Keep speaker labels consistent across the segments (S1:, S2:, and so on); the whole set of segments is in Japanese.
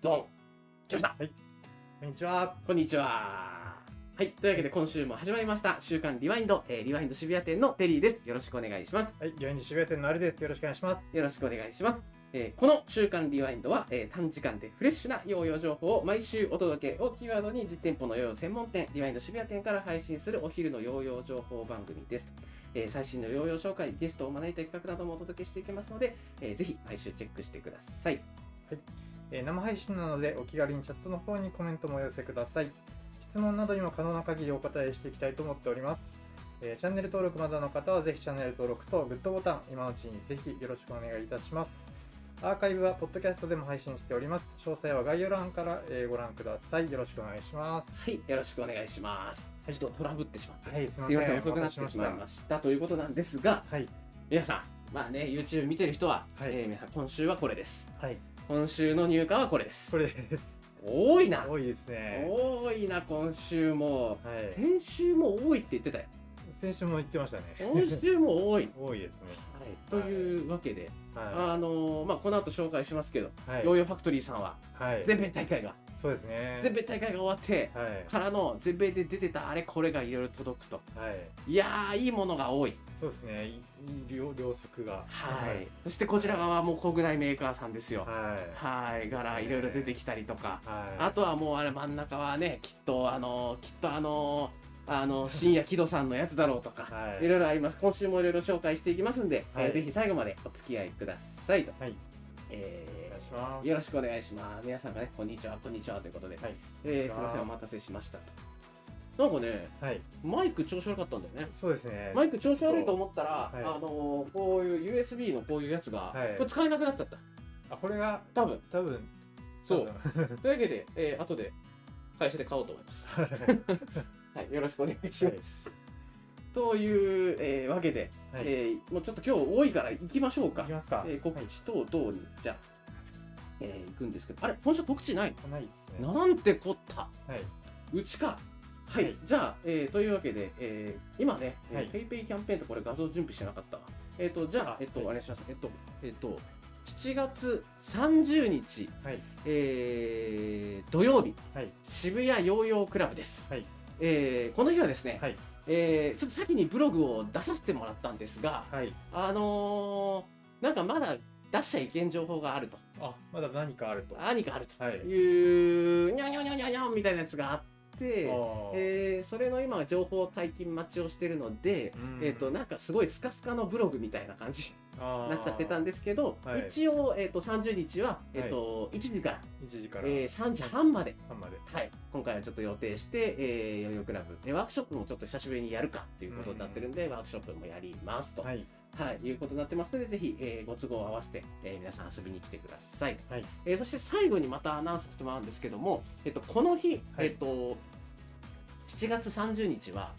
S1: ドン来ました
S2: はい。こんにちは。
S1: こんにちははいというわけで今週も始まりました「週刊リワインド」えーリワインド渋谷店のテリーですよろしくお願いします
S2: はい、病院に渋谷店のあれです。よろしくお願いします。
S1: よろしくお願いします。えーこの週刊リワインドは、えー短時間でフレッシュなヨーヨー情報を毎週お届けをキーワードに実店舗のヨーヨー専門店リワインド渋谷店から配信するお昼のヨーヨー情報番組です、えー最新のヨーヨー紹介ゲストを招いた企画などもお届けしていきますので、えーぜひ毎週チェックしてください
S2: えー生配信なのでお気軽にチャットの方にコメントもお寄せください。質問などにも可能な限りお答えしていきたいと思っております。えーチャンネル登録まだの方はぜひチャンネル登録とグッドボタン今のうちにぜひよろしくお願いいたします。アーカイブはポッドキャストでも配信しております。詳細は概要欄からえーご覧ください。よろしくお願いします。
S1: はいよろしくお願いします、
S2: はい
S1: ちょっとトラブってしまった
S2: はい、すみます
S1: い
S2: せ
S1: ません
S2: ん。
S1: 遅くなってしまいましたということなんですが
S2: はい、
S1: 皆さんまあね YouTube 見てる人は、
S2: はい
S1: えー皆さん今週はこれです
S2: はい、
S1: 今週の入荷はこれです
S2: これです。
S1: 多いな
S2: 多いですね。
S1: 多いな今週も
S2: はい、
S1: 先週も多いって言ってた よ
S2: 先週も言ってましたね。
S1: 今週も多い、
S2: 多いですね。
S1: はい、というわけで、
S2: は
S1: あのーまあこの後紹介しますけど、
S2: い。はい。
S1: ヨーヨーファクトリーさんは
S2: はい。
S1: 全米大会が、
S2: そうですね。
S1: 全米大会が終わって
S2: はい。
S1: からの全米で出てたあれこれがいろいろ届くと
S2: はい。
S1: いやーいいものが多い、
S2: そうですね。いい両両作が。
S1: はいそしてこちら側も国内メーカーさんですよ
S2: はい。
S1: はいからいろいろ出てきたりとか
S2: はい。
S1: あとはもうあれ真ん中はねきっとあのきっとあのあ の深夜木戸さんのやつだろうとか、
S2: はい
S1: い、ろいろあります今週もいろいろ紹介していきますんで、
S2: はい
S1: えーぜひ最後までお付き合いくださいと、
S2: はい。
S1: え
S2: お願いし
S1: ー
S2: ます。
S1: よろしくお願いします皆さんがねこんにちはこんにちはということで、
S2: はい
S1: えー
S2: こんに
S1: すみま
S2: ちは
S1: せんお待たせしましたとなんかね
S2: はい。
S1: マイク調子悪かったんだよね
S2: そうですね。
S1: マイク調子悪いと思ったら、
S2: はい
S1: あのーこういう USB のこういうやつが、
S2: はい
S1: これ使えなくなっちゃった
S2: あ、これが
S1: 多分
S2: 多分。
S1: そう
S2: 多
S1: というわけで、えー後で会社で買おうと思います
S2: 分。
S1: はい、よろしくお願いします。という、えーわけで、
S2: はい。
S1: えーもうちょっと今日多いから行きましょう
S2: い
S1: か
S2: き。ますか。
S1: えー告
S2: はい
S1: 知等々に、じゃあ、えー行くんですけど、あれ、今週告知ない
S2: ないですね。
S1: なんてこった。
S2: はいう
S1: ちか。はい、
S2: はい
S1: じゃあ、えーというわけで、えー今ね、えー
S2: はい
S1: ペイペイキャンペーンとこれ画像準備してなかったわ。えっ、と、じゃあ、えっ、と、
S2: はい
S1: あれします。えっ、と、えっ、と、7月30日、
S2: はい。
S1: えー土曜日、
S2: はい
S1: 渋谷ヨーヨークラブです、
S2: はい
S1: えーこの日はですね、
S2: はい
S1: えーちょっと先にブログを出させてもらったんですが、
S2: はい。
S1: あのーなんかまだ出しちゃいけん情報があると
S2: あ、まだ何かあると。あ
S1: 何かあると
S2: はい
S1: いう、にゃにゃにゃにゃにゃみたいなやつがあって、
S2: ー
S1: えーそれの今情報解禁待ちをしてるので、
S2: うん
S1: えー、となんかすごいスカスカのブログみたいな感じ
S2: あ
S1: にな
S2: ー
S1: っちゃってたんですけど、
S2: はい
S1: 一応、えー、と30日は、えーと1時から
S2: 一時から
S1: えー、3時半まで、
S2: 半まで。
S1: はい、今回はちょっと予定して、えー、ヨーヨークラブでワークショップもちょっと久しぶりにやるかっていうことになってるんで、ワークショップもやりますと、はい
S2: はい。
S1: い、うことになってますのでぜひ、えーご都合を合わせて、えー皆さん遊びに来てください、
S2: はい
S1: えーそして最後にまたアナウンスさせてもらうんですけども、えっと、この日、
S2: は
S1: え
S2: い
S1: っと、7月30日は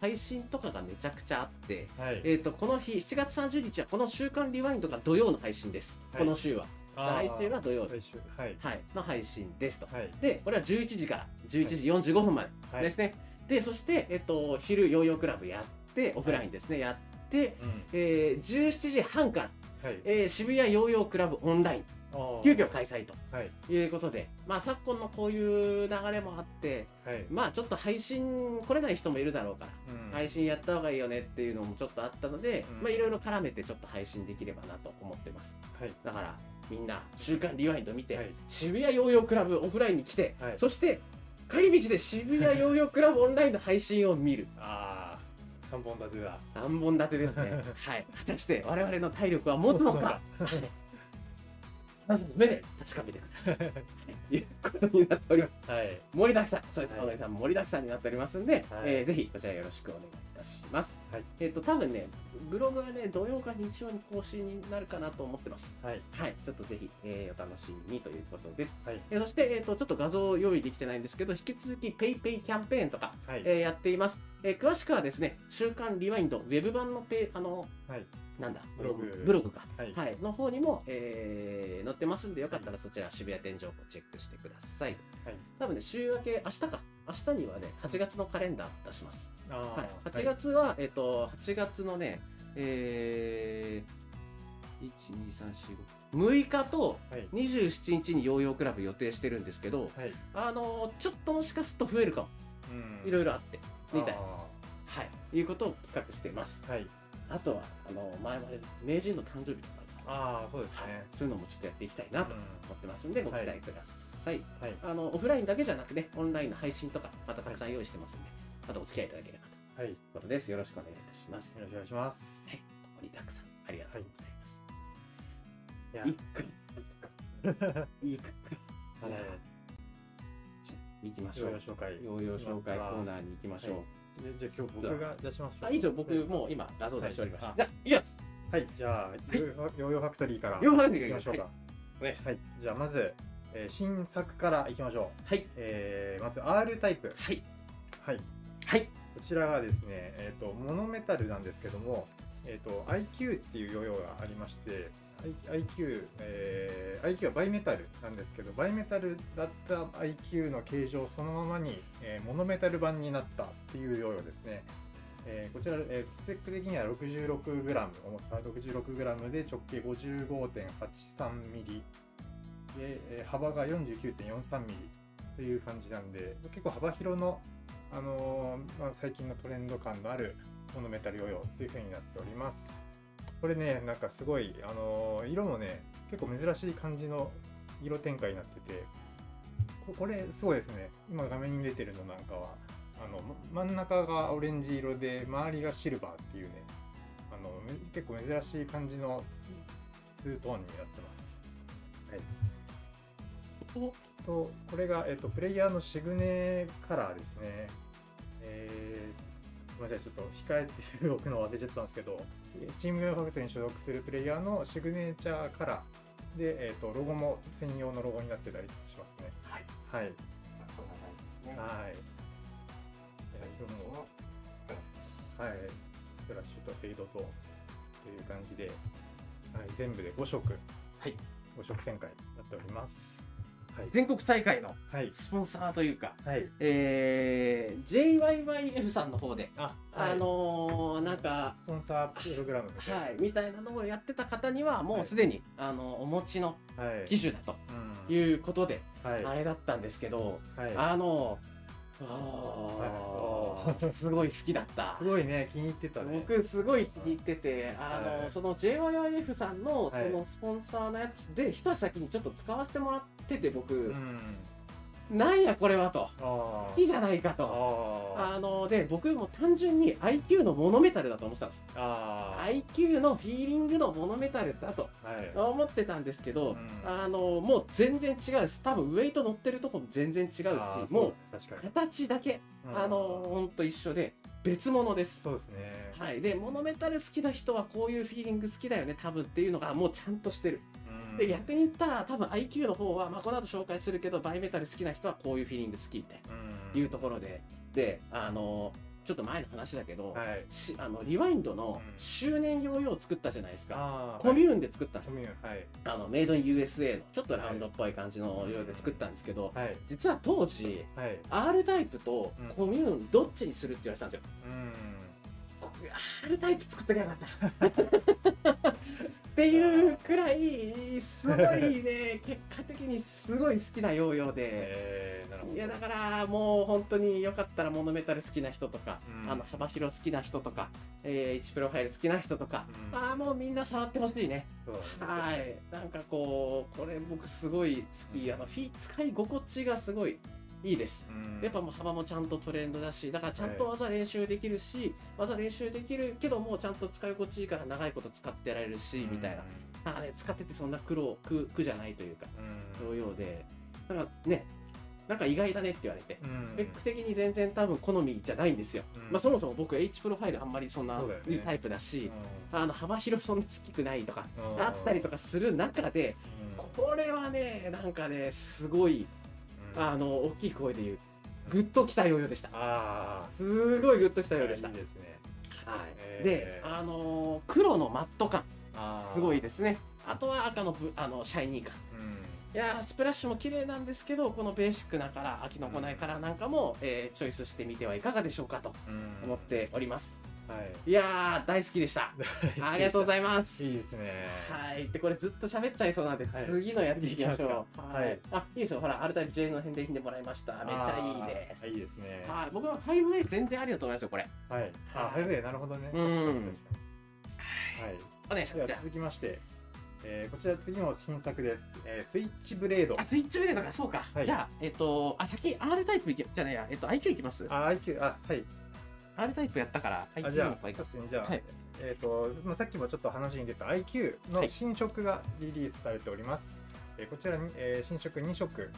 S1: 配信とかがめちゃくちゃあって、
S2: はい。
S1: えっとこの日7月30日はこの「週刊リワインド」が土曜の配信です、
S2: は
S1: こ
S2: い
S1: の週は
S2: あ
S1: 来
S2: ー
S1: 週が土曜日、
S2: 来週。はい。
S1: はい、の配信ですと。
S2: はい。
S1: で、これは11時から11時45分まで
S2: はい
S1: ですね。で、そして、えっと、昼、ヨーヨークラブやって、オフラインですね、やって、
S2: うん。
S1: えー、17時半から、
S2: はい。
S1: えー渋谷ヨーヨークラブオンライン、
S2: あー
S1: 急遽開催と
S2: はい。
S1: いうことで、まあ、昨今のこういう流れもあって、
S2: はい。
S1: まあ、ちょっと配信来れない人もいるだろうから、
S2: うん
S1: 配信やった方がいいよねっていうのもちょっとあったので、
S2: うん
S1: まあ、いろいろ絡めてちょっと配信できればなと思ってます。
S2: はい。
S1: だから、みんな、週刊リワインド見て、
S2: はい
S1: 渋谷ヨーヨークラブオフラインに来て、
S2: はい
S1: そして帰り道で渋谷ヨーヨークラブオンラインの配信を見る
S2: ああ、三本立てだ。
S1: 3本立てですねはい果たして我々の体力は持つのかはい目で確かめてくださいということになっております
S2: はい。
S1: 盛りだくさんそうです
S2: はい
S1: 青森さんも盛りだくさんになっておりますんで、
S2: はい
S1: えーぜひこちらよろしくお願いいたします、
S2: はい
S1: えっ、と多分ねブログはね土曜か日曜に更新になるかなと思ってます
S2: はい。
S1: はい、ちょっとぜひ、えーお楽しみにということです。
S2: はい
S1: えーそして、えーと、ちょっと画像を用意できてないんですけど、引き続き PayPay キャンペーンとか、
S2: はい。
S1: えーやっています。えー詳しくはですね、週刊リワインド、ウェブ版のペあの、
S2: はい
S1: なんだ、
S2: ブログ
S1: ブログか。
S2: はい。
S1: はい、の方にも、えー載ってますんで、よかったらそちら渋谷店情報チェックしてください。
S2: はい
S1: 多分ね、週明け、明日か。明日にはね、8月のカレンダー出します。
S2: あー
S1: はい、8月は、えっ、と、8月のね、えー、1、2、3、4、 6日と
S2: はい
S1: 27日にヨーヨークラブ予定してるんですけど、
S2: はい
S1: あのーちょっともしかすると増えるかも、
S2: うん
S1: いろいろあって、みたいな、
S2: あ
S1: はい、いうことを企画してます。
S2: ーはい
S1: あとは、あのー前まで名人の誕生日とかあるか
S2: ああそうです
S1: ら、はい
S2: ね、
S1: そういうのもちょっとやっていきたいなと思ってますんで、ご期待ください。
S2: うんはい
S1: あのオフラインだけじゃなくね、オンラインの配信とか、またたくさん用意してますんで、あとお付き合いいただければとい
S2: はいう
S1: ことです。よろしくお願いいたします。
S2: よろしくお願いします
S1: はい、盛りだくさん、ありがとうございます。
S2: いや
S1: いく、いく、じゃあじ
S2: はい
S1: ゃあ行きまし
S2: ヨ
S1: ょう
S2: ーヨー。紹介
S1: ヨーヨー紹介コーナ
S2: ー
S1: ーに行きましょう。
S2: じゃあ今日僕が出しましょう
S1: あ、いいですよ、僕もう今、画像出しておりまし
S2: は
S1: た。じ
S2: い
S1: ゃあ、いきます
S2: はいじゃあヨーヨーファヨーヨーファクトリーから
S1: 両方
S2: いきましょうか。
S1: お願いしま
S2: はい、じゃあまず、えー新作からいきましょう。
S1: はい、
S2: えーまず R タイプ。
S1: はい、
S2: はい、こ
S1: はい、
S2: ちらがですね、えー、とモノメタルなんですけども、えー、と IQ っていうヨーヨーがありまして、I- IQ、えー IQ はバイメタルなんですけど、バイメタルだった IQ の形状そのままに、えーモノメタル版になったっていうヨーヨーですね。えーこちら、えースペック的には 66g、重さ 66g で直径 55.83mm で、えー幅が 49.43mm という感じなんで、結構幅広の、あのーまあ、最近のトレンド感のあるモノメタルヨーヨーという風になっております。これね、なんかすごい、あのー色もね、結構珍しい感じの色展開になってて、ここれすごいですね。今画面に出てるのなんかは、あのま真ん中がオレンジ色で周りがシルバーっていうねあのめ結構珍しい感じのツートーンになってます。
S1: お
S2: とこれが、えっとプレイヤーのシグネカラーですね。えーごめんなさい、ちょっと控えて僕の忘れちゃったんですけど、チームファクトリーに所属するプレイヤーのシグネチャーカラーで、えっとロゴも専用のロゴになってたりしますね。
S1: はい、
S2: はい。
S1: こんな感じですね
S2: はい。いや色もはい、スプラッシュとフェードとという感じで、はい、全部で5色、
S1: はい、
S2: 5色展開になっております。はい、
S1: 全国大会の
S2: はい、
S1: スポンサーというか、
S2: はい、
S1: えー、JYYF さんの方で、
S2: あ、
S1: あのー、なんか、
S2: スポンサープログラムみた
S1: はいい、みたいなのをやってた方にはもうすでに、あのお持ちの
S2: な、はい、
S1: 機種だと
S2: うん
S1: いうことで、
S2: はい、
S1: あれだったんですけど、
S2: はい、
S1: あの
S2: は
S1: あ
S2: い
S1: ーすごい好きだった
S2: す。ごいね、気に入ってたね。
S1: 僕すごい気に入ってて、あの、
S2: はい
S1: その JYIF さんのそ
S2: はい
S1: のスポンサーのやつで一足先にちょっと使わせてもらってて僕、
S2: うん、
S1: なんやこれはと
S2: ああ
S1: いいじゃないかと
S2: あ
S1: あので僕も単純に IQ のモノメタルだと思ってたんです
S2: あ、あ
S1: IQ のフィーリングのモノメタルだと
S2: あ、はい、
S1: 思ってたんですけど、
S2: うん
S1: あのもう全然違うです多分ウェイト乗ってるとこも全然違うし
S2: あー
S1: も
S2: そう確か
S1: う
S2: に、
S1: 形だけ、
S2: うん
S1: あのほんと一緒で別物です
S2: そうですね、
S1: はいでモノメタル好きな人はこういうフィーリング好きだよね多分っていうのがもうちゃんとしてる
S2: うん
S1: で逆に言ったら多分 IQ の方は、まあ、この後紹介するけどバイメタル好きな人はこういうフィーリング好きみたいな
S2: うん
S1: いうところでであのちょっと前の話だけど、
S2: はい、
S1: しあのリワインドの
S2: うん
S1: 周年ヨーヨーを作ったじゃないですか、
S2: ああ、
S1: コミ
S2: ュ
S1: ューンで作ったんです
S2: コミュー、はい、
S1: あのメイドイン USA のちょっとラウンドっぽい感じのようで作ったんですけど、
S2: はい、
S1: 実は当時
S2: はい、
S1: R タイプと
S2: うん
S1: コミューンどっちにするって言われてたんですよ、
S2: うん。
S1: R タイプ作っときゃよかった っていうくらいすごいね結果的にすごい好きなヨーヨーで、
S2: えー、なるほど。
S1: いやだからもう本当によかったらモノメタル好きな人とか、
S2: うん
S1: あの幅広好きな人とか、えー、1プロファイル好きな人とか、
S2: うん
S1: ああもうみんな触ってほしいね
S2: そうだ
S1: は
S2: ね
S1: い、なんかこう、これ僕すごい好き、あの、フィ使い心地がすごいいいです。
S2: うん
S1: やっぱもう幅もちゃんとトレンドだし、だからちゃんと
S2: はい
S1: 技練習できるし、技練習できるけどもうちゃんと使い心地いいから長いこと使ってられるし、みたいな。。あれ使っててそんな苦労、苦、苦じゃないというか、
S2: うん
S1: 同様で、なんかね、なんか意外だねって言われて、
S2: うん
S1: スペック的に全然多分好みじゃないんですよ。
S2: うん
S1: まあそもそも僕 H プロファイルあんまりそんな
S2: そうだよね
S1: いいタイプだし、
S2: う
S1: あの幅広そんな好きくないとか、
S2: ん
S1: あったりとかする中で、
S2: うん
S1: これはね、なんかね、すごい、
S2: うん
S1: あの、大きい声で言う、ぐっときたようでした。
S2: あー
S1: すごいぐっときたようでした。
S2: いいですね
S1: はい。で
S2: え、ー
S1: あのー、黒のマット感、
S2: あー
S1: すごいですね。あとは赤のブあのシャイニー感。
S2: うん
S1: いやースプラッシュも綺麗なんですけど、このベーシックなカラー、秋のこないカラーなんかも、えーチョイスしてみてはいかがでしょうかと
S2: うん
S1: 思っております。
S2: はい。
S1: いやー、大好きでした。ありがとうご
S2: い
S1: ざいま。
S2: ますいいですね。
S1: はい。で、これずっと喋っちゃいそうなんで、
S2: はい
S1: 次のやっていきましょう。
S2: はい
S1: はい。あ、いいですよ。ほら、RTJ の返礼品でもらいました。めっちゃいいです
S2: あ。ーいいですね。
S1: はい。僕は 5A 全然ありだと思いますよ、これ。
S2: はい。あ、ハイウェイ、なるほどね。
S1: うん
S2: 確かに。はい。
S1: お願いし
S2: で
S1: ま
S2: は
S1: す。じゃ
S2: 続きまして、えーこちら次も新作です。えースイッチブレード
S1: あ、あ。スイッチブレードか、そうか。
S2: はい
S1: じゃあ、えっと、あ、先 R タイプいけ、じゃないや、えっと、IQ いきます。
S2: あ、IQ、あ、はい。
S1: R タイプやったから、
S2: あ
S1: IQ
S2: じ
S1: の
S2: ゃ
S1: 方
S2: あ、
S1: がいい
S2: そ
S1: か
S2: うですね。じゃあ、
S1: はい
S2: えっ、と、まあ、さっきもちょっと話に出た IQ
S1: は
S2: の
S1: い
S2: 新色がリリースされております。えーこちらに、えー新色2色。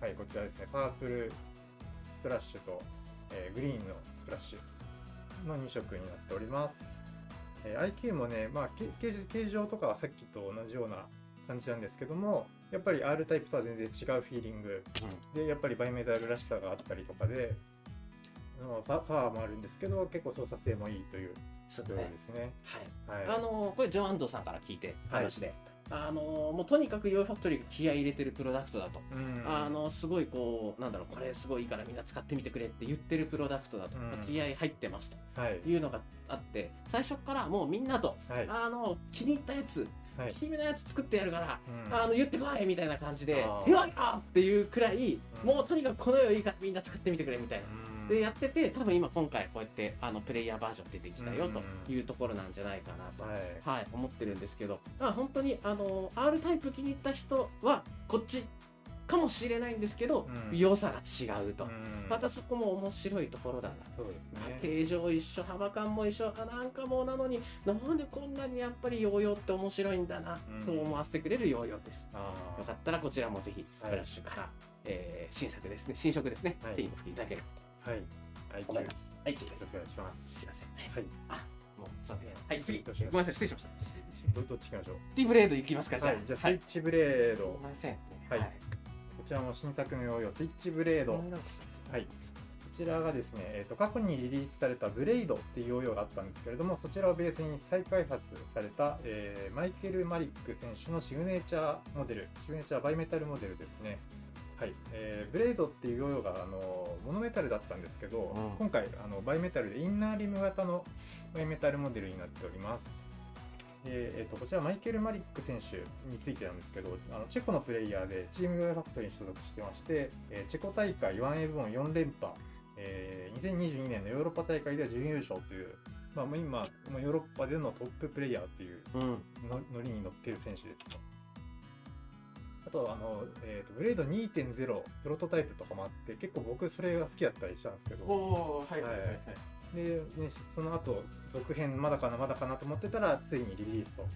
S2: はい、こちらですね。パープルスプラッシュと、えーグリーンのスプラッシュの2色になっております。えー IQ もね、まあ、け形形状とかはさっきと同じような感じなんですけども、やっぱり R タイプとは全然違うフィーリングでやっぱりバイメタルらしさがあったりとかで、まあパパワーもあるんですけど結構操作性もいいという
S1: そう
S2: ところ
S1: ね
S2: で。すね。
S1: はい。
S2: はい、
S1: あのーこれジョアンドさんから聞いて
S2: はい
S1: 話で、あのーもうとにかく u ファクトリーが気合い入れてるプロダクトだと、
S2: うん
S1: あのーすごいこうなんだろうこれすごいいいからみんな使ってみてくれって言ってるプロダクトだと、
S2: うん
S1: まあ気合い入ってます
S2: はい
S1: というのがあって最初からもうみんなと、
S2: はい
S1: あのー気に入ったやつ、
S2: はい
S1: 気に入らないやつ作ってやるから、
S2: うん
S1: あの言ってこいみたいな感じで「
S2: あー
S1: よっあ!」っていうくらい、
S2: うん
S1: もうとにかくこの世いいからみんな使ってみてくれみたいな。
S2: うん
S1: でやってて多分今今回こうやってあのプレイヤーバージョン出てきたよというところなんじゃないかなと
S2: はい
S1: はい、思ってるんですけど、まあ、本当にあの R タイプ気に入った人はこっちかもしれないんですけど、
S2: うん
S1: 良さが違うと、
S2: うん
S1: またそこも面白いところだな
S2: そうですね。
S1: 形状一緒幅感も一緒あなんかもうなのになんでこんなにやっぱりヨーヨーって面白いんだな、
S2: うん
S1: と思わせてくれるヨーヨーです
S2: あー
S1: よかったらこちらもぜひスプラッシュから、えー新作ですね新色ですね、
S2: はい
S1: 手に取っていただければ
S2: はい。IQ
S1: と思いますはいいい
S2: よ
S1: で
S2: ろ
S1: す
S2: しくお願いします。
S1: すいませんはい
S2: はい。
S1: もう座ってくださいはい次
S2: どうしよう
S1: ごめんなさい失礼しました
S2: どどっち行きましょう。
S1: ディブレードいきますかじゃあ、
S2: はい。じゃあスイッチブレード、
S1: すいません。
S2: はいこちらも新作の用用スイッチブレード。はいこちらがですね、えー、と過去にリリースされたブレイドっていうヨーヨーがあったんですけれどもそちらをベースに再開発された、えーマイケル・マリック選手のシグネチャーモデルシグネチャーバイメタルモデルですねはい、えーブレイドっていうヨーヨーがあのモノメタルだったんですけど、
S1: うん
S2: 今回あのバイメタルでインナーリム型のバイメタルモデルになっておりますでえー、とこちらマイケル・マリック選手についてなんですけどあのチェコのプレイヤーでチームファクトリーに所属してまして、えーチェコ大会 1A 部門4連覇、えー2022年のヨーロッパ大会では準優勝という、まあ、もう今もうヨーロッパでのトッププレイヤーっていう
S1: うん。
S2: の乗りに乗っている選手ですね。あとあの、えー、とグレード2.0プロトタイプとかもあって結構僕それが好きだったりしたんですけど
S1: おおーはいはいはいはい。
S2: で、ね、その後続編まだかなまだかなと思ってたらついにリリースと。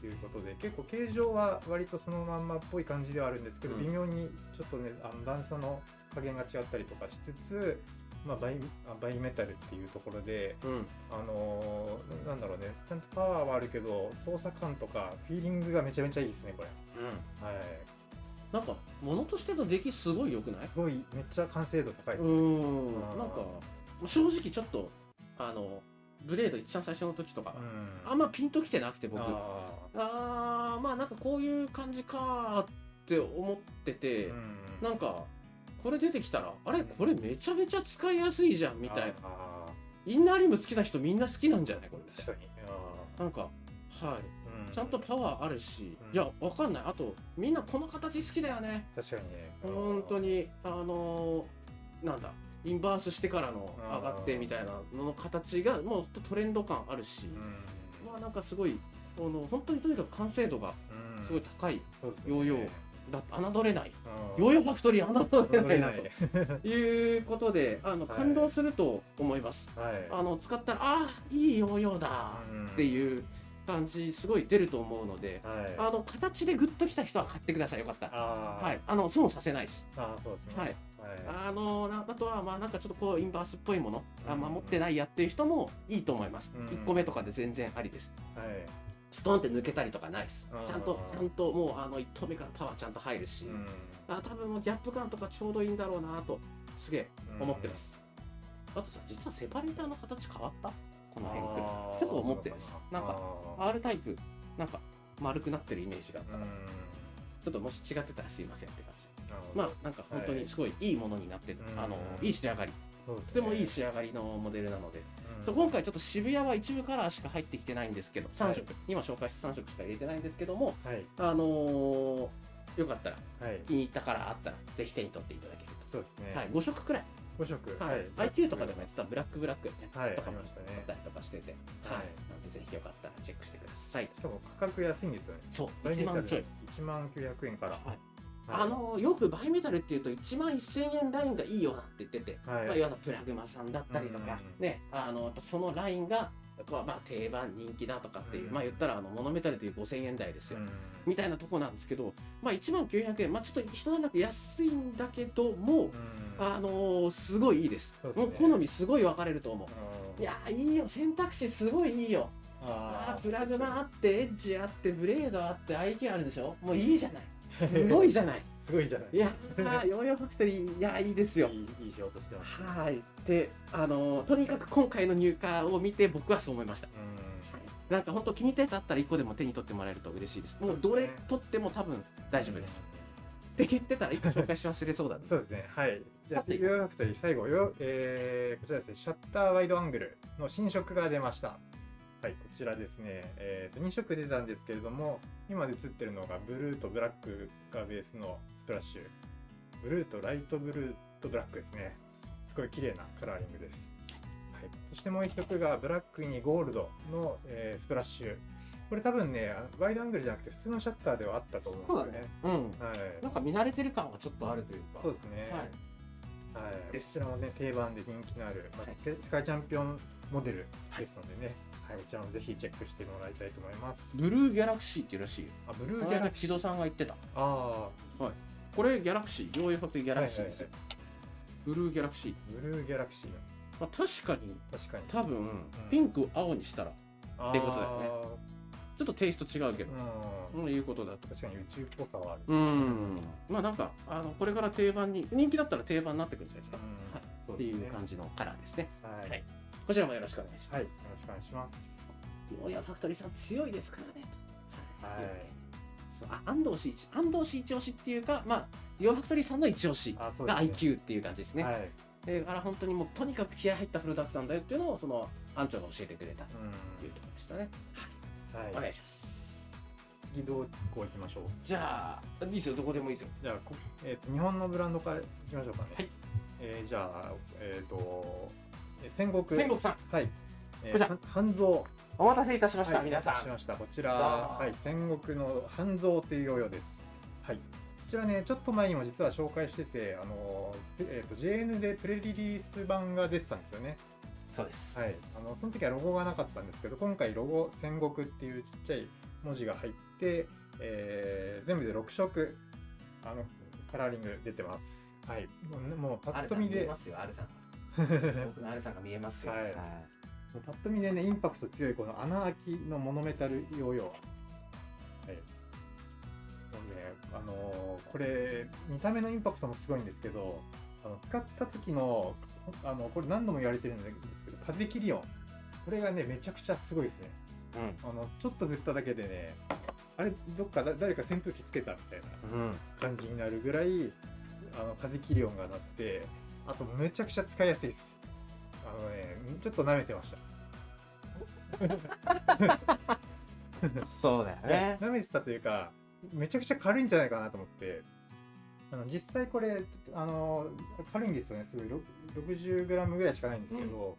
S2: ということで結構形状は割とそのまんまっぽい感じではあるんですけど、
S1: うん
S2: 微妙にちょっとねあの段差の加減が違ったりとかしつつ、まあ、バイあバイメタルっていうところで、
S1: うん。
S2: あのーなんだろうねちゃんとパワーはあるけど操作感とかフィーリングがめちゃめちゃいいですねこれ。はい、
S1: なんか物としての出来すごい良くない？
S2: すごいめっちゃ完成度高いで
S1: う
S2: す、
S1: ん
S2: あ。ー
S1: なんか正直ちょっとあのブレード一番最初の時とか、
S2: ん
S1: あんまピンときてなくて僕。あ
S2: あ
S1: あーまあなんかこういう感じかーって思ってて、
S2: ーうん
S1: なんかこれ出てきたらあれ
S2: うん
S1: これめちゃめちゃ使いやすいじゃんみたいな。
S2: あ
S1: インナーリム好きな人みんな好きなんじゃないこ
S2: ー確
S1: れ？
S2: かにあ
S1: なんかはい。
S2: ーう
S1: ちゃんとパワーあるし、
S2: うん
S1: いや、わかんない。あと、みんなこの形好きだよね。
S2: 確かにね
S1: 本当に、あのーなんだ、インバースしてからの
S2: あー
S1: 上がってみたいなのの形が、もうほんとトレンド感あるし
S2: う、ん
S1: まあなんかすごい、あの本当にとにかく完成度が
S2: うん
S1: すごい高い、
S2: そうです
S1: ヨーヨーだ侮れない。
S2: うん
S1: ヨーヨーファクトリー侮れない
S2: はい
S1: なということで、あの
S2: はい
S1: 感動すると思います。あの使ったら、ああ、いいヨーヨーだって
S2: う
S1: いう感じ、すごい出ると思うので、
S2: ん。はい。
S1: あの形でグッときた人は買ってくださいよかったら。
S2: あー
S1: はい、あの損させないです。
S2: あーそうですね。
S1: はい。
S2: はい。
S1: あのなあとはまあなんかちょっとこうインバースっぽいもの、あ
S2: うん
S1: まあ持ってないやっていう人もいいと思います。
S2: うん
S1: 一個目とかで全然ありです。
S2: はい。
S1: ストンって抜けたりとかないです
S2: あ。ー
S1: ちゃんとちゃんともうあの一投目からパワーちゃんと入るし、
S2: うん
S1: あ多分もうギャップ感とかちょうどいいんだろうなとすげえ思ってま。す。あとさ実はセパレーターの形変わったこの辺くらい。
S2: あー
S1: ちょっと思ってますなんか。
S2: あ
S1: R タイプなんか丸くなってるイメージがあっ
S2: ー
S1: た
S2: う
S1: か
S2: ん
S1: ら、ちょっともし違ってたらすいませんって感じ。
S2: なるほど
S1: まあなんか本当にすごいいいものになってる、
S2: うん
S1: あのいい仕上がり
S2: そうですね
S1: とてもいい仕上がりのモデルなので、
S2: うん
S1: そう今回ちょっと渋谷は一部カラーしか入ってきてないんですけど3色、
S2: は
S1: 今紹介した3色しか入れてないんですけども
S2: はい
S1: あのーよかったら
S2: はい
S1: 気に入ったカラーあったらぜひ手に取っていただける
S2: そうですね
S1: と、はい、5色くらい、
S2: 5色
S1: はい IQ とかでもやってたブラックブラックみたい
S2: は
S1: な
S2: い
S1: とか
S2: あ
S1: も
S2: りましたね
S1: あったりとかしてて、はい
S2: はい
S1: なんでぜひよかったらチェックしてください
S2: しかも価格安いんですよね
S1: そう1万ちょい、
S2: 1万900円から、
S1: はい
S2: はい
S1: あのーよくバイメタルっていうと1万1000円ラインがいいよなって言ってて、
S2: は
S1: まあ、
S2: い
S1: いわゆるプラグマさんだったりとか、
S2: うん
S1: ね、あのやっぱそのラインがやっぱまあ定番人気だとかっていう、
S2: うん
S1: まあ言ったらあのモノメタルという5000円台ですよ、
S2: うん
S1: みたいなとこなんですけど、まあ、1万900円、まあ、ちょっと一段落安いんだけども、
S2: うん
S1: あのーすごいいいです
S2: そうですね
S1: もう好みすごい分かれると思う。
S2: うん
S1: いやーいいよ選択肢すごいいいよあ
S2: あ
S1: ープラズマあってエッジあってブレードあって IQ あるでしょもういいじゃ ないすごいじゃない
S2: すごいじゃない
S1: いやーヨーヨーファクトリーいやーいいですよ
S2: いいいい仕事してますね
S1: はいであのとにかく今回の入荷を見て僕はそう思いました
S2: うん
S1: なんか本当気に入ったやつあったら1個でも手に取ってもらえると嬉しいですもうどれ取っても多分大丈夫です、って言ってたら1個紹介し忘れそうだね
S2: そうですねはいじゃ
S1: さ
S2: あ
S1: て
S2: ヨーファクトリー最後よ、えーこちらですねシャッターワイドアングルの新色が出ましたはいこちらですね、えーと2色出たんですけれども今映ってるのがブルーとブラックがベースのスプラッシュブルーとライトブルーとブラックですねすごい綺麗なカラーリングです、はい、そしてもう1色がブラックにゴールドの、えースプラッシュこれ多分ねあワイドアングルじゃなくて普通のシャッターではあったと思うんですよね
S1: うん
S2: はい
S1: なんか見慣れてる感がちょっとあるというか
S2: そうですね。
S1: はい
S2: はい。
S1: で
S2: ですす。こちらもね、定番で人気のある、まあ
S1: はい
S2: 世界チャンピオンモデルですのでね、はい、こちらもぜひチェックしてもらいたいと思います。
S1: ブルーギャラクシーっていうらしいよ
S2: あ、ブル
S1: こ
S2: ー
S1: の
S2: ギャ
S1: 間
S2: ラク
S1: 木
S2: シー。
S1: 戸さんが言ってた
S2: あ
S1: これギャラクシーヨーヨーファクトリーギャラクシーですよ、ブルーギャラクシー、
S2: あ、ブルーギャラクシー。
S1: まあ、確かに
S2: 確かに。
S1: 多分、ピンクを青にしたら
S2: あー
S1: っていうことだよちょっとテイスト違うけど、
S2: う。
S1: うんん、いうことだと
S2: 確かに宇宙っぽさはある。
S1: うんまあなんかあのこれから定番に人気だったら定番になってくるんじゃないですか、
S2: うん
S1: はい
S2: そう
S1: って
S2: で
S1: い
S2: すね
S1: う感じのカラーですね
S2: はい。
S1: はいこちらもよろしくお願いしま
S2: はい。よろしくお願いします。
S1: すヨーヨーファクトリーさん強いですからね
S2: はい
S1: そうあ安藤氏一安藤氏一押しっていうかまあヨーファクトリーさんの一押し
S2: あ、そうです
S1: が
S2: ね。
S1: IQ っていう感じですね
S2: はい。
S1: えだから本当にもうとにかく気合入ったプロダクトなんだよっていうのをその班長が教えてくれたというところでしたね、
S2: うん。
S1: お
S2: は
S1: 願
S2: い。
S1: いします
S2: 次どうこういきましょう。
S1: じゃあいいですよどこでもいいですよ
S2: じゃあ、こえーと日本のブランドからいきましょうかね。
S1: はい
S2: えーじゃあ、えっ、と、えー戦国。
S1: 天国さん
S2: はい。え
S1: こちら
S2: ー、半蔵。
S1: お待たせいたしました、
S2: はい
S1: 皆さ
S2: お待たせし
S1: ん
S2: ました。こちら、
S1: どうも
S2: はい、戦国の半蔵というヨーヨーです。はい。こちらね、ちょっと前にも実は紹介してて、あのー、えっ、と、JN でプレリリース版が出てたんですよね。
S1: そうです
S2: はい、あのその時はロゴがなかったんですけど今回ロゴ「戦国」っていうちっちゃい文字が入って、えー全部で6色あのカラーリング出てます。はい、もうもうパ
S1: ア
S2: ッ
S1: ル
S2: と
S1: さん見
S2: 見
S1: え
S2: で、
S1: ま
S2: も
S1: すよ、アルさん。
S2: う
S1: 僕のアルさんが見えますよ。
S2: はいパッと見でねインパクト強いこの穴開きのモノメタルヨーヨー。はい、もうねあのーこれ見た目のインパクトもすごいんですけどあの使った時のあのこれ何度も言われてるんですけど風切り音これがねめちゃくちゃすごいですね。あのちょっと振っただけでねあれどっかだ誰か扇風機つけたみたいな
S1: うん。うん。
S2: 感じになるぐらいあの風切り音が鳴ってあとめちゃくちゃ使いやすいですあのねちょっと舐めてました
S1: そうだよね。
S2: 舐めてたというかめちゃくちゃ軽いんじゃないかなと思ってあの実際これあの軽いんですよねすごい 60g ぐらいしかないんですけど、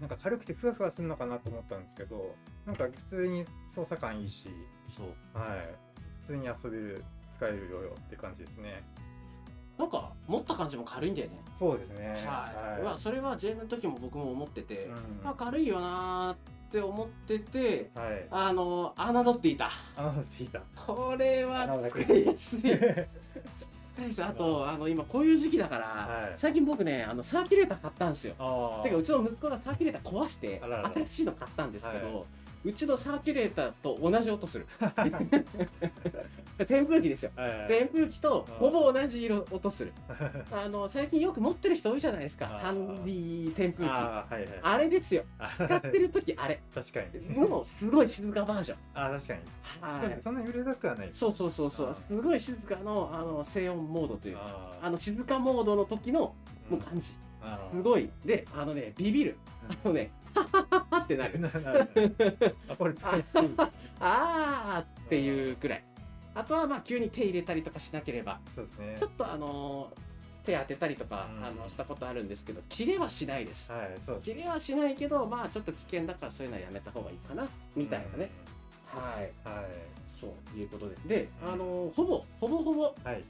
S2: なんか軽くてふわふわするのかなと思ったんですけどなんか普通に操作感いいし
S1: そう。
S2: はい。普通に遊べる、使えるよよって感じですね。
S1: なんか、持った感じも軽いんだよね。
S2: そうですね。
S1: はい。うわ、それは J の時も僕も思ってて、
S2: うん
S1: まあ軽いよなーって思ってて、
S2: はい。
S1: あの、侮っていた。
S2: あの、聞いた。
S1: これは使いやすい。使いやすいあと、あの、今こういう時期だから、
S2: はい
S1: 最近僕ね、あの、サーキュレーター買ったんですよ。
S2: ああ。
S1: てかうちの息子がサーキュレーター壊して
S2: あららら
S1: 新しいの買ったんですけど、
S2: は
S1: うちのサーキュレーターと同じ音する 扇風機ですよ
S2: はい。
S1: 扇風機と
S2: あー
S1: ほぼ同じ色音するあの最近よく持ってる人多いじゃないですか
S2: あー
S1: ハンディ扇風機あ
S2: ああ、はいは
S1: れ
S2: い。
S1: です よ
S2: 使
S1: 使ってる時あれ
S2: 確かに。
S1: もうすごい静かバージョン
S2: ああ、確かに。
S1: はい
S2: そんなに揺れなくはない。
S1: そうそうそうそう
S2: あー
S1: すごい静かのあの静音モードというか
S2: あ
S1: あの静かモードの時のもう感じ、
S2: なるほ
S1: すごいであのねビビるあのねハハハハってな
S2: ど
S1: る
S2: なるほどあこれ使いすぎ
S1: あーっていうくらいあとはまあ急に手入れたりとかしなければ
S2: そうで すね
S1: ちょっとあの手当てたりとか、
S2: うん
S1: あのしたことあるんですけど切れはしないです
S2: はいそうです
S1: 切れはしないけどまあちょっと危険だからそういうのはやめた方がいいかなみたいなね、はい
S2: うんは
S1: そういうことでであのほぼほぼほぼ
S2: いはい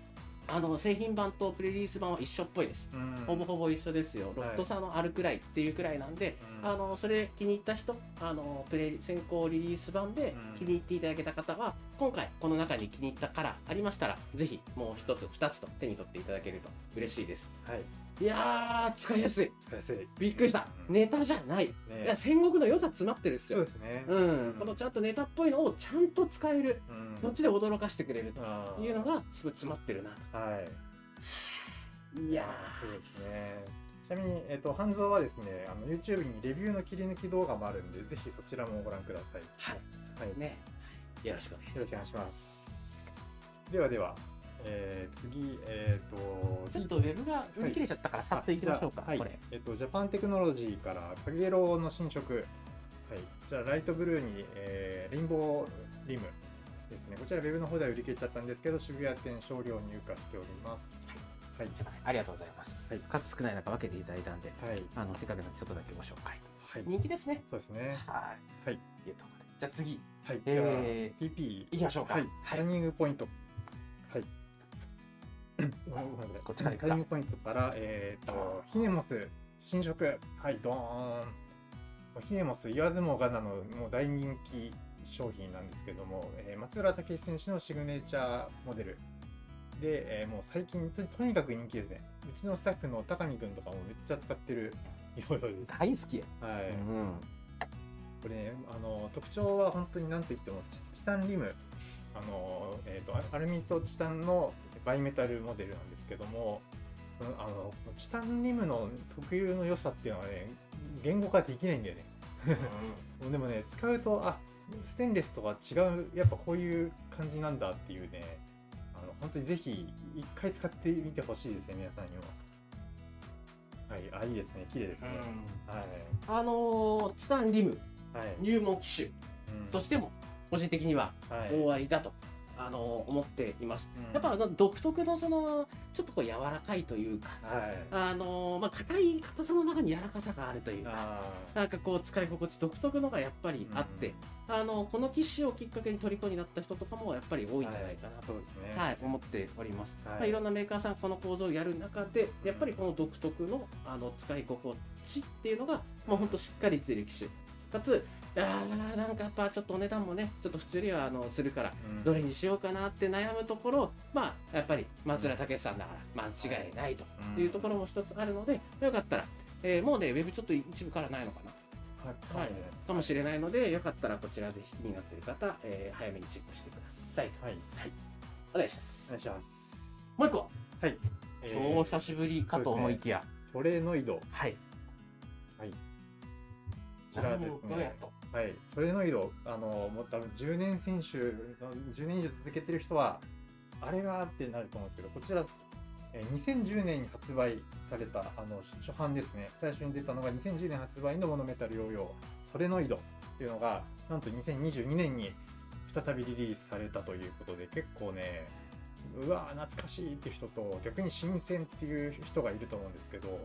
S1: あの製品版とプレリリース版は一緒っぽいです
S2: うん
S1: ほぼほぼ一緒ですよロット差のあるくらいっていうくらいなんで、
S2: うん
S1: あのそれ気に入った人あのプレ先行リリース版で
S2: うん
S1: 気に入っていただけた方は、今回この中に気に入ったカラーありましたらぜひもう一つ二つと手に取っていただけると嬉しいです
S2: はい
S1: いやー使いやすい
S2: 使いやすい
S1: びっくりした
S2: うん
S1: ネタじゃないい
S2: ね
S1: や戦国の良さ詰まってるっす
S2: そう
S1: よ
S2: ですね
S1: うん、このちゃんとネタっぽいのをちゃんと使える、
S2: うん
S1: そっちで驚かしてくれる
S2: あ
S1: と
S2: ー
S1: いうのがすごい詰まってるな
S2: はい
S1: といや
S2: そうですね。ちなみに、えっと、半蔵はですね、あの YouTube にレビューの切り抜き動画もあるんで、ぜひそちらもご覧ください。
S1: ーは
S2: はい。
S1: いねよろしくお願いし
S2: よろしくお願いしま。
S1: ますす
S2: ではでは、えー次、えっ、と、
S1: ちょっとウェブが売り切れちゃったからさっといきましょうか、
S2: あじゃあ
S1: こ
S2: は
S1: れ
S2: い。えっ、と、ジャパンテクノロジーから、かげろうの新色。はい。じゃあ、ライトブルーに、えーリンボーリムですね。こちら、ウェブの方では売り切れちゃったんですけど、渋谷店少量入荷しております。はい。
S1: すいませんありがとうございます、数少ない中分けていただいたんで
S2: はい。はい。
S1: あのせっかくなんでちょっとだけご紹介
S2: はい。
S1: 人気ですね
S2: そうですね。
S1: はい
S2: はい
S1: いうところでじゃあ次
S2: はい。では、
S1: え
S2: PP
S1: ー、いきましょうか
S2: はい、タイミングポイント。はい。ごめんなさい
S1: こっちから行くか
S2: タイミングポイントから、えっ、と、ヒネモス、新色。はい、ドーン。もうヒネモス、言わずもがなの、もう大人気商品なんですけども、えー松浦武史選手のシグネチャーモデル。で、えーもう最近と、とにかく人気ですね。うちのスタッフの高見くんとかもめっちゃ使ってるよ うです。
S1: 大好きや、
S2: はい。
S1: うん
S2: これね、あの特徴は本当に何といってもチチタンリムあの、えー、とアアルミとチタンのバイメタルモデルなんですけどもこのあのチタンリムの特有の良さっていうのはね言語化できないんだよねでもね使うとあステンレスとは違うやっぱこういう感じなんだっていうねあの本当にぜひ一回使ってみてほしいですね皆さんにもはいあいいですね綺麗ですね、はい
S1: あのーチタンリム
S2: はい、
S1: 入門機種
S2: うん
S1: としても個人的には
S2: はい
S1: 終わりだと、あのー思っています
S2: うん
S1: やっぱあの独特のそのちょっとこう柔らかいというか
S2: はい
S1: あのーまあ硬い硬さの中に柔らかさがあるというか
S2: あー
S1: なんかこう使い心地独特のがやっぱりあって、あのこの機種をきっかけに虜になった人とかもやっぱり多いんじゃないかなと、
S2: そうですね。
S1: はい
S2: い。
S1: 思っております、
S2: はい
S1: まあ、いろんなメーカーさんこの構造をやる中でやっぱりこの独特のあの使い心地っていうのがもうほんとしっかり出てる機種かつあーなんかやっぱちょっとお値段もねちょっと普通よりはあのするから
S2: うん
S1: どれにしようかなって悩むところまあやっぱり松浦武さんだから間違いないというところも一つあるのでよかったら、えーもうねウェブちょっと一部からないのかな
S2: はい。
S1: はい
S2: はい。
S1: かもしれないので、よかったらこちらぜひ気になっている方、えー早めにチェックしてください。
S2: はい。
S1: お願いしま
S2: お
S1: す
S2: 願い。します。
S1: もう一個、
S2: えー
S1: 超久しぶりかと思いきや、
S2: トレノイド。こ
S1: はい。
S2: はいこちらです
S1: どうや
S2: ね
S1: っ。と。
S2: はい。トレノイド、あの、もう多分10年選手の、10年以上続けてる人は、あれがってなると思うんですけど、こちら、えー2010年に発売された、あの、初初版ですね。最初に出たのが2010年発売のモノメタル用用、ソレノイドっていうのが、なんと2022年に再びリリースされたということで、結構ね、うわー懐かしいっていう人と、逆に新鮮っていう人がいると思うんですけど、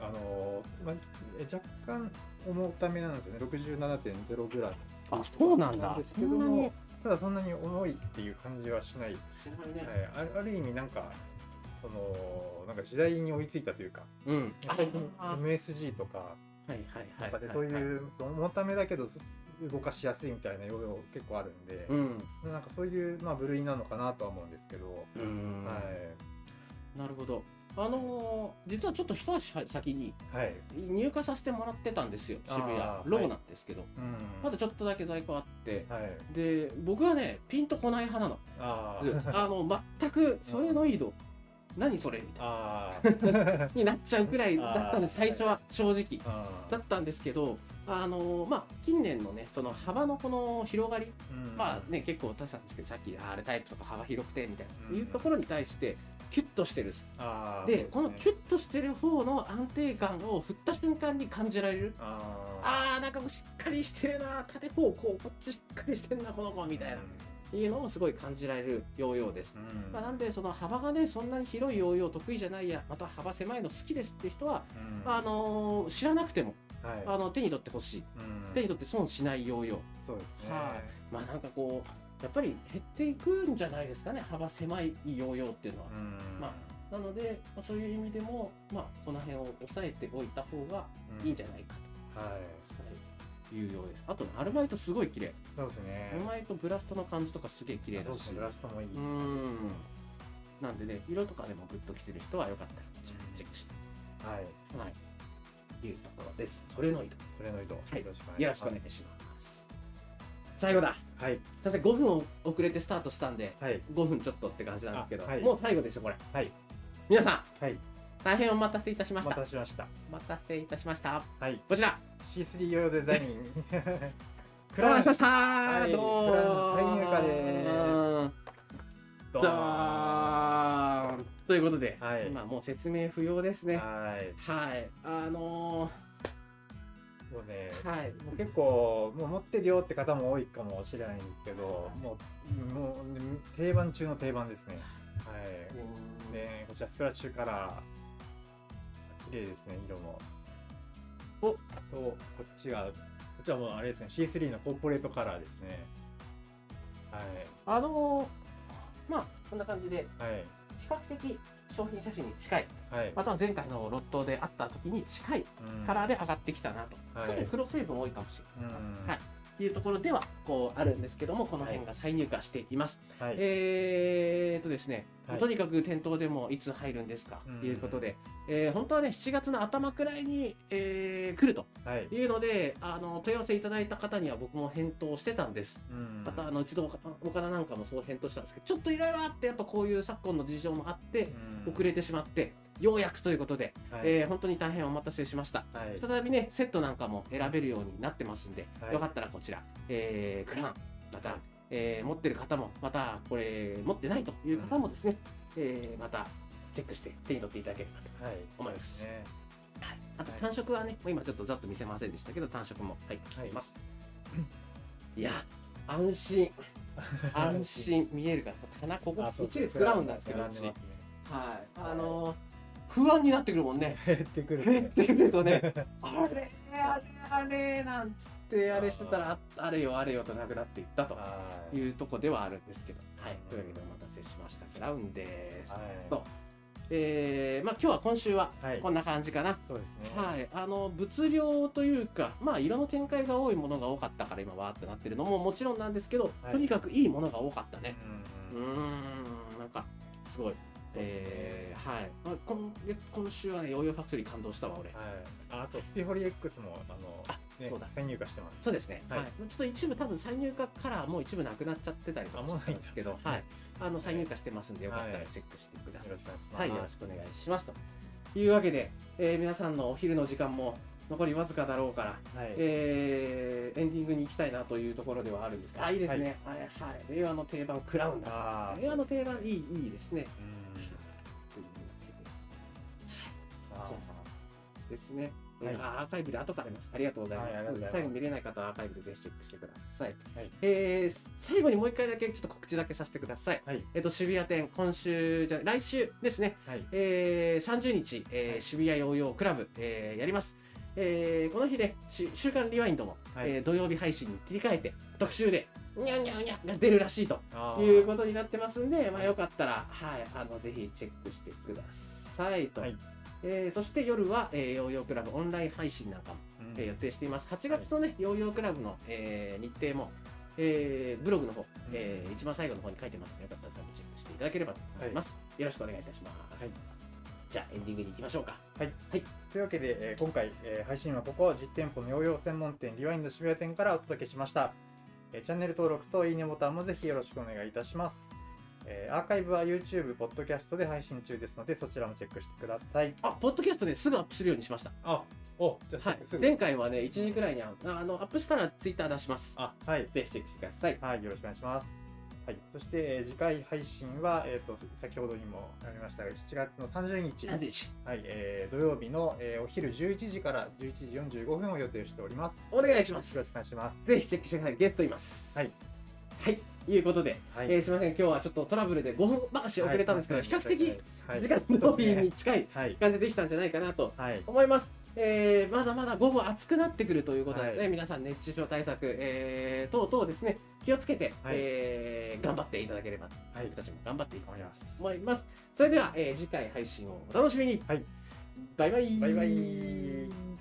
S2: あのーまあ、え若干重ためなんですよね 67.0g
S1: あ、そうなんだ。
S2: ですけどもただそんなに重いっていう感じはしない、はい、
S1: そんなに知らないね。
S2: あるある意味なんかそのなんか時代に追いついたというか
S1: うん。あ
S2: 最近 MSG とか
S1: はい
S2: な
S1: は
S2: ん
S1: い
S2: か
S1: は
S2: で
S1: い。
S2: そういうその重ためだけど動かしやすいみたいな要領結構あるんで
S1: う、ん。
S2: なんかそういう、まあ、部類なのかなとは思うんですけど、
S1: うん。
S2: はい
S1: なるほど。あのー実はちょっと一足先に
S2: はい、
S1: 入荷させてもらってたんですよ、渋谷
S2: あ。ー
S1: ロゴなんですけど、
S2: うん、
S1: まだちょっとだけ在庫あって、
S2: はい
S1: で、僕はね、ピンとこない派なの。
S2: あー
S1: あの全くそれの井戸、何それみたいな
S2: あ ー
S1: になっちゃうくらいだったんで
S2: あー
S1: す最初は正直
S2: あ
S1: だったんですけどあのまあ近年のねその幅のこの広がり
S2: ーうん
S1: まあね結構出したんですけどさっきあーあれタイプとか幅広くてみたいな、
S2: うん
S1: いうところに対してキュッとしてるんです
S2: あー
S1: でこのキュ
S2: ッ
S1: ッとしてる方の安定感を振った瞬間に感じられる
S2: あ
S1: あーなんかもうしっかりしてるな縦方向こっちしっかりしてんなこの子
S2: ー
S1: みたいな、いうのをすごい感じられるヨーヨーです
S2: う、ん
S1: まあ、なんでその幅がねそんなに広いヨーヨー得意じゃないやまた幅狭いの好きですって人は、
S2: うん
S1: あのー知らなくても
S2: はい
S1: あの手に取ってほしい
S2: うん
S1: 手に取って損しないヨーヨー
S2: そうですね
S1: はまあなんかこうやっぱり減っていくんじゃないですかね幅狭いヨーヨーっていうのは、
S2: うん
S1: まなので、まあ、そういう意味でも、まあ、この辺を押さえておいた方がいいんじゃないか
S2: はい
S1: というようですあとアルバイトすごい綺麗
S2: そうですね
S1: アルバイトブラストの感じとかすげえ綺麗
S2: そ
S1: だ
S2: うで
S1: し
S2: すねブラストもいい、
S1: うーんなんでね色とかでもグッときてる人はよかったらチェックして
S2: はい
S1: はいいうところですそれのいいとこ
S2: それの移動、
S1: い
S2: よろしくお
S1: よ
S2: 願
S1: ろ
S2: い
S1: し
S2: し
S1: くお
S2: ます
S1: 願いします最後だ
S2: はい
S1: すいません5分遅れてスタートしたんで
S2: はい
S1: 5分ちょっとって感じなんですけど、
S2: あはい
S1: もう最後ですよこれ
S2: はい
S1: 皆さん
S2: はい
S1: 大変お待たせいたしま
S2: お
S1: した
S2: 待たせしました
S1: お待たせいたしました
S2: はい
S1: こちら
S2: C3 ヨーヨーデザイ ン
S1: クラウンしました
S2: い
S1: どうも
S2: クラウン再入荷ですド
S1: ド
S2: ーン
S1: ーンということで、
S2: はい
S1: まあもう説明不要ですね
S2: はい
S1: はいあの
S2: もうね
S1: ー、はい
S2: もう結構もう持ってるよって方も多いかもしれないんですけどもうもう定番中の定番ですねはいねこちらスプラッシュカラー綺麗ですね色も
S1: お
S2: とこっちがこっちはもうあれですね C3 のコーポレートカラーですねはい
S1: あのー、まあこんな感じで
S2: はい
S1: 比較的商品写真に近い
S2: はい、
S1: または前回のロットであった時に近い
S2: うん
S1: カラーで上がってきたなと、
S2: はい
S1: ちょっと黒成分多いかもしれない
S2: うん
S1: はいというところではこうあるんですけどもこの辺が再入荷しています、
S2: はい
S1: えーっとですね、
S2: はい
S1: とにかく店頭でもいつ入るんですか
S2: うん
S1: ということで、えー本当はね7月の頭くらいに、えー来ると
S2: はい
S1: いうのであの問い合わせいただいた方には僕も返答してたんです
S2: うん
S1: またあの一度岡田なんかもそう返答したんですけどちょっといろいろあってやっぱこういう昨今の事情もあって
S2: うん
S1: 遅れてしまってようやくということで、
S2: はい
S1: えー本当に大変お待たせしました
S2: はい
S1: 再びねセットなんかも選べるようになってますんで、
S2: はい
S1: よかったらこちら、えークランまた、
S2: はい
S1: えー持ってる方もまたこれ持ってないという方もですね、えーまたチェックして手に取っていただければと、
S2: はい
S1: 思います
S2: そうでね
S1: はい、あと
S2: はい
S1: 単色はね、もう今ちょっとざっと見せませんでしたけど単色も入ってきています、い、や安心安心見えるかかなここ
S2: あそう
S1: 一列クラウンなんですけど
S2: グ
S1: う
S2: ラウン
S1: ち
S2: ド
S1: は
S2: ないんですね
S1: あのー不安になってくるもん ね
S2: 減ってくる
S1: 減っ
S2: ね
S1: てくると ねあれあれあれなんつってあれしてたらああれよあれよとなくなっていったと
S2: はい
S1: いうとこではあるんですけど、はい、というわけでお待たせしましたクラウンです、
S2: はい
S1: とえーまあ今日は今週は
S2: はい
S1: こんな感じかな、
S2: そうですね
S1: はいあの物量というかまあ色の展開が多いものが多かったから今わーってなってるのももちろんなんですけど、
S2: はい
S1: とにかくいいものが多かったね
S2: う
S1: うんーんなんかすごい
S2: そうですね
S1: えーはい、まあ、今月今週はねヨーヨーファクトリー感動したわ俺
S2: はい、ああとスピホリ X もあの
S1: あ
S2: ね
S1: そうだ
S2: 再入荷してます
S1: そうですね、は
S2: はいい
S1: ちょっと一部多分再入荷カラーもう一部なくなっちゃってたりとか
S2: あもう
S1: し
S2: ない
S1: たんですけど、はい、あの再入荷してますんでよかった
S2: は
S1: ら
S2: い
S1: チェックしてください、
S2: よろしくお
S1: はい、よろしくお願
S2: 願いします
S1: いしますというわけで、えー皆さんのお昼の時間も残りわずかだろうから、
S2: はい
S1: えーエンディングに行きたいなというところではあるんですがあいいですね、はいはい、令和の定番クラウンだ
S2: あー
S1: 令和の定番いいいいですね
S2: うん
S1: という
S2: あ
S1: わ
S2: ー
S1: けでそうですね、
S2: はい
S1: あーアーカイブで後から見ます。ありがとうございます。
S2: はいありがとうございま
S1: 最
S2: す
S1: 後見れない方はアーカイブでぜひチェックしてください。
S2: はい
S1: えー最後にもう一回だけちょっと告知だけさせてください。
S2: はい
S1: えっと、渋谷店、今週じゃない来週ですね、
S2: はい
S1: えー30日、えー
S2: はい
S1: 渋谷ヨーヨークラブ、えーやります。えーこの日ね、し週刊リワインドも、
S2: はい
S1: えー土曜日配信に切り替えて、特集で、にゃんにゃんにゃんが出るらしいと
S2: あー
S1: いうことになってますんで、まあ、
S2: はい
S1: よかったら、はい、あのぜひチェックしてくださいと。
S2: はい
S1: えーそして夜は、えーヨーヨークラブオンライン配信なんかも、
S2: うん
S1: えー予定しています。8月のね、ヨーヨークラブの、えー日程も、えーブログの方、えー一番最後の方に書いてますので、よかったらチェックしていただければと思います。よろしくお願いいたします。
S2: はい
S1: じゃあ、エンディングに行きましょうか。
S2: というわけで、えー今回、えー配信はここ実店舗のヨーヨー専門店リワインド渋谷店からお届けしました、えーチャンネル登録といいねボタンもぜひよろしくお願いいたします、えーアーカイブは YouTube、Podcast で配信中ですのでそちらもチェックしてください
S1: あ、ポッドキャストね、すぐアップするようにしました。
S2: あおじゃあ
S1: はい
S2: すぐ、す。ぐ
S1: 前回はね、1時くらいにああのアップしたらツイッター出します。
S2: あはい
S1: ぜひチェックしてください。
S2: はいよろしくお願いしますはい、そして、えー次回配信は、えー、と先ほどにもありましたが7月の30日、
S1: 何でし
S2: はいえー土曜日の、えーお昼11時から11時45分を予定しております。
S1: お願いします
S2: よろしくお願いします。
S1: ぜひチェックしてくださいゲストいます
S2: はい、
S1: はい、いうことで、
S2: はい
S1: えーすみません今日はちょっとトラブルで5分ばかし遅れたんですけど、
S2: はい
S1: 比較的
S2: はい
S1: 時間通りに近い
S2: はい、
S1: 感じでできたんじゃないかなと
S2: はい、
S1: 思います、えーまだまだ午後暑くなってくるということなので、
S2: はい
S1: 皆さん熱中症対策、えー等々ですね気をつけて、
S2: はい
S1: えー頑張っていただければ、
S2: はい
S1: 僕たちも頑張っていこ
S2: 思います
S1: うと。思いますそれでは、えー次回配信をお楽しみに、
S2: はい
S1: バイバイ
S2: バイバイ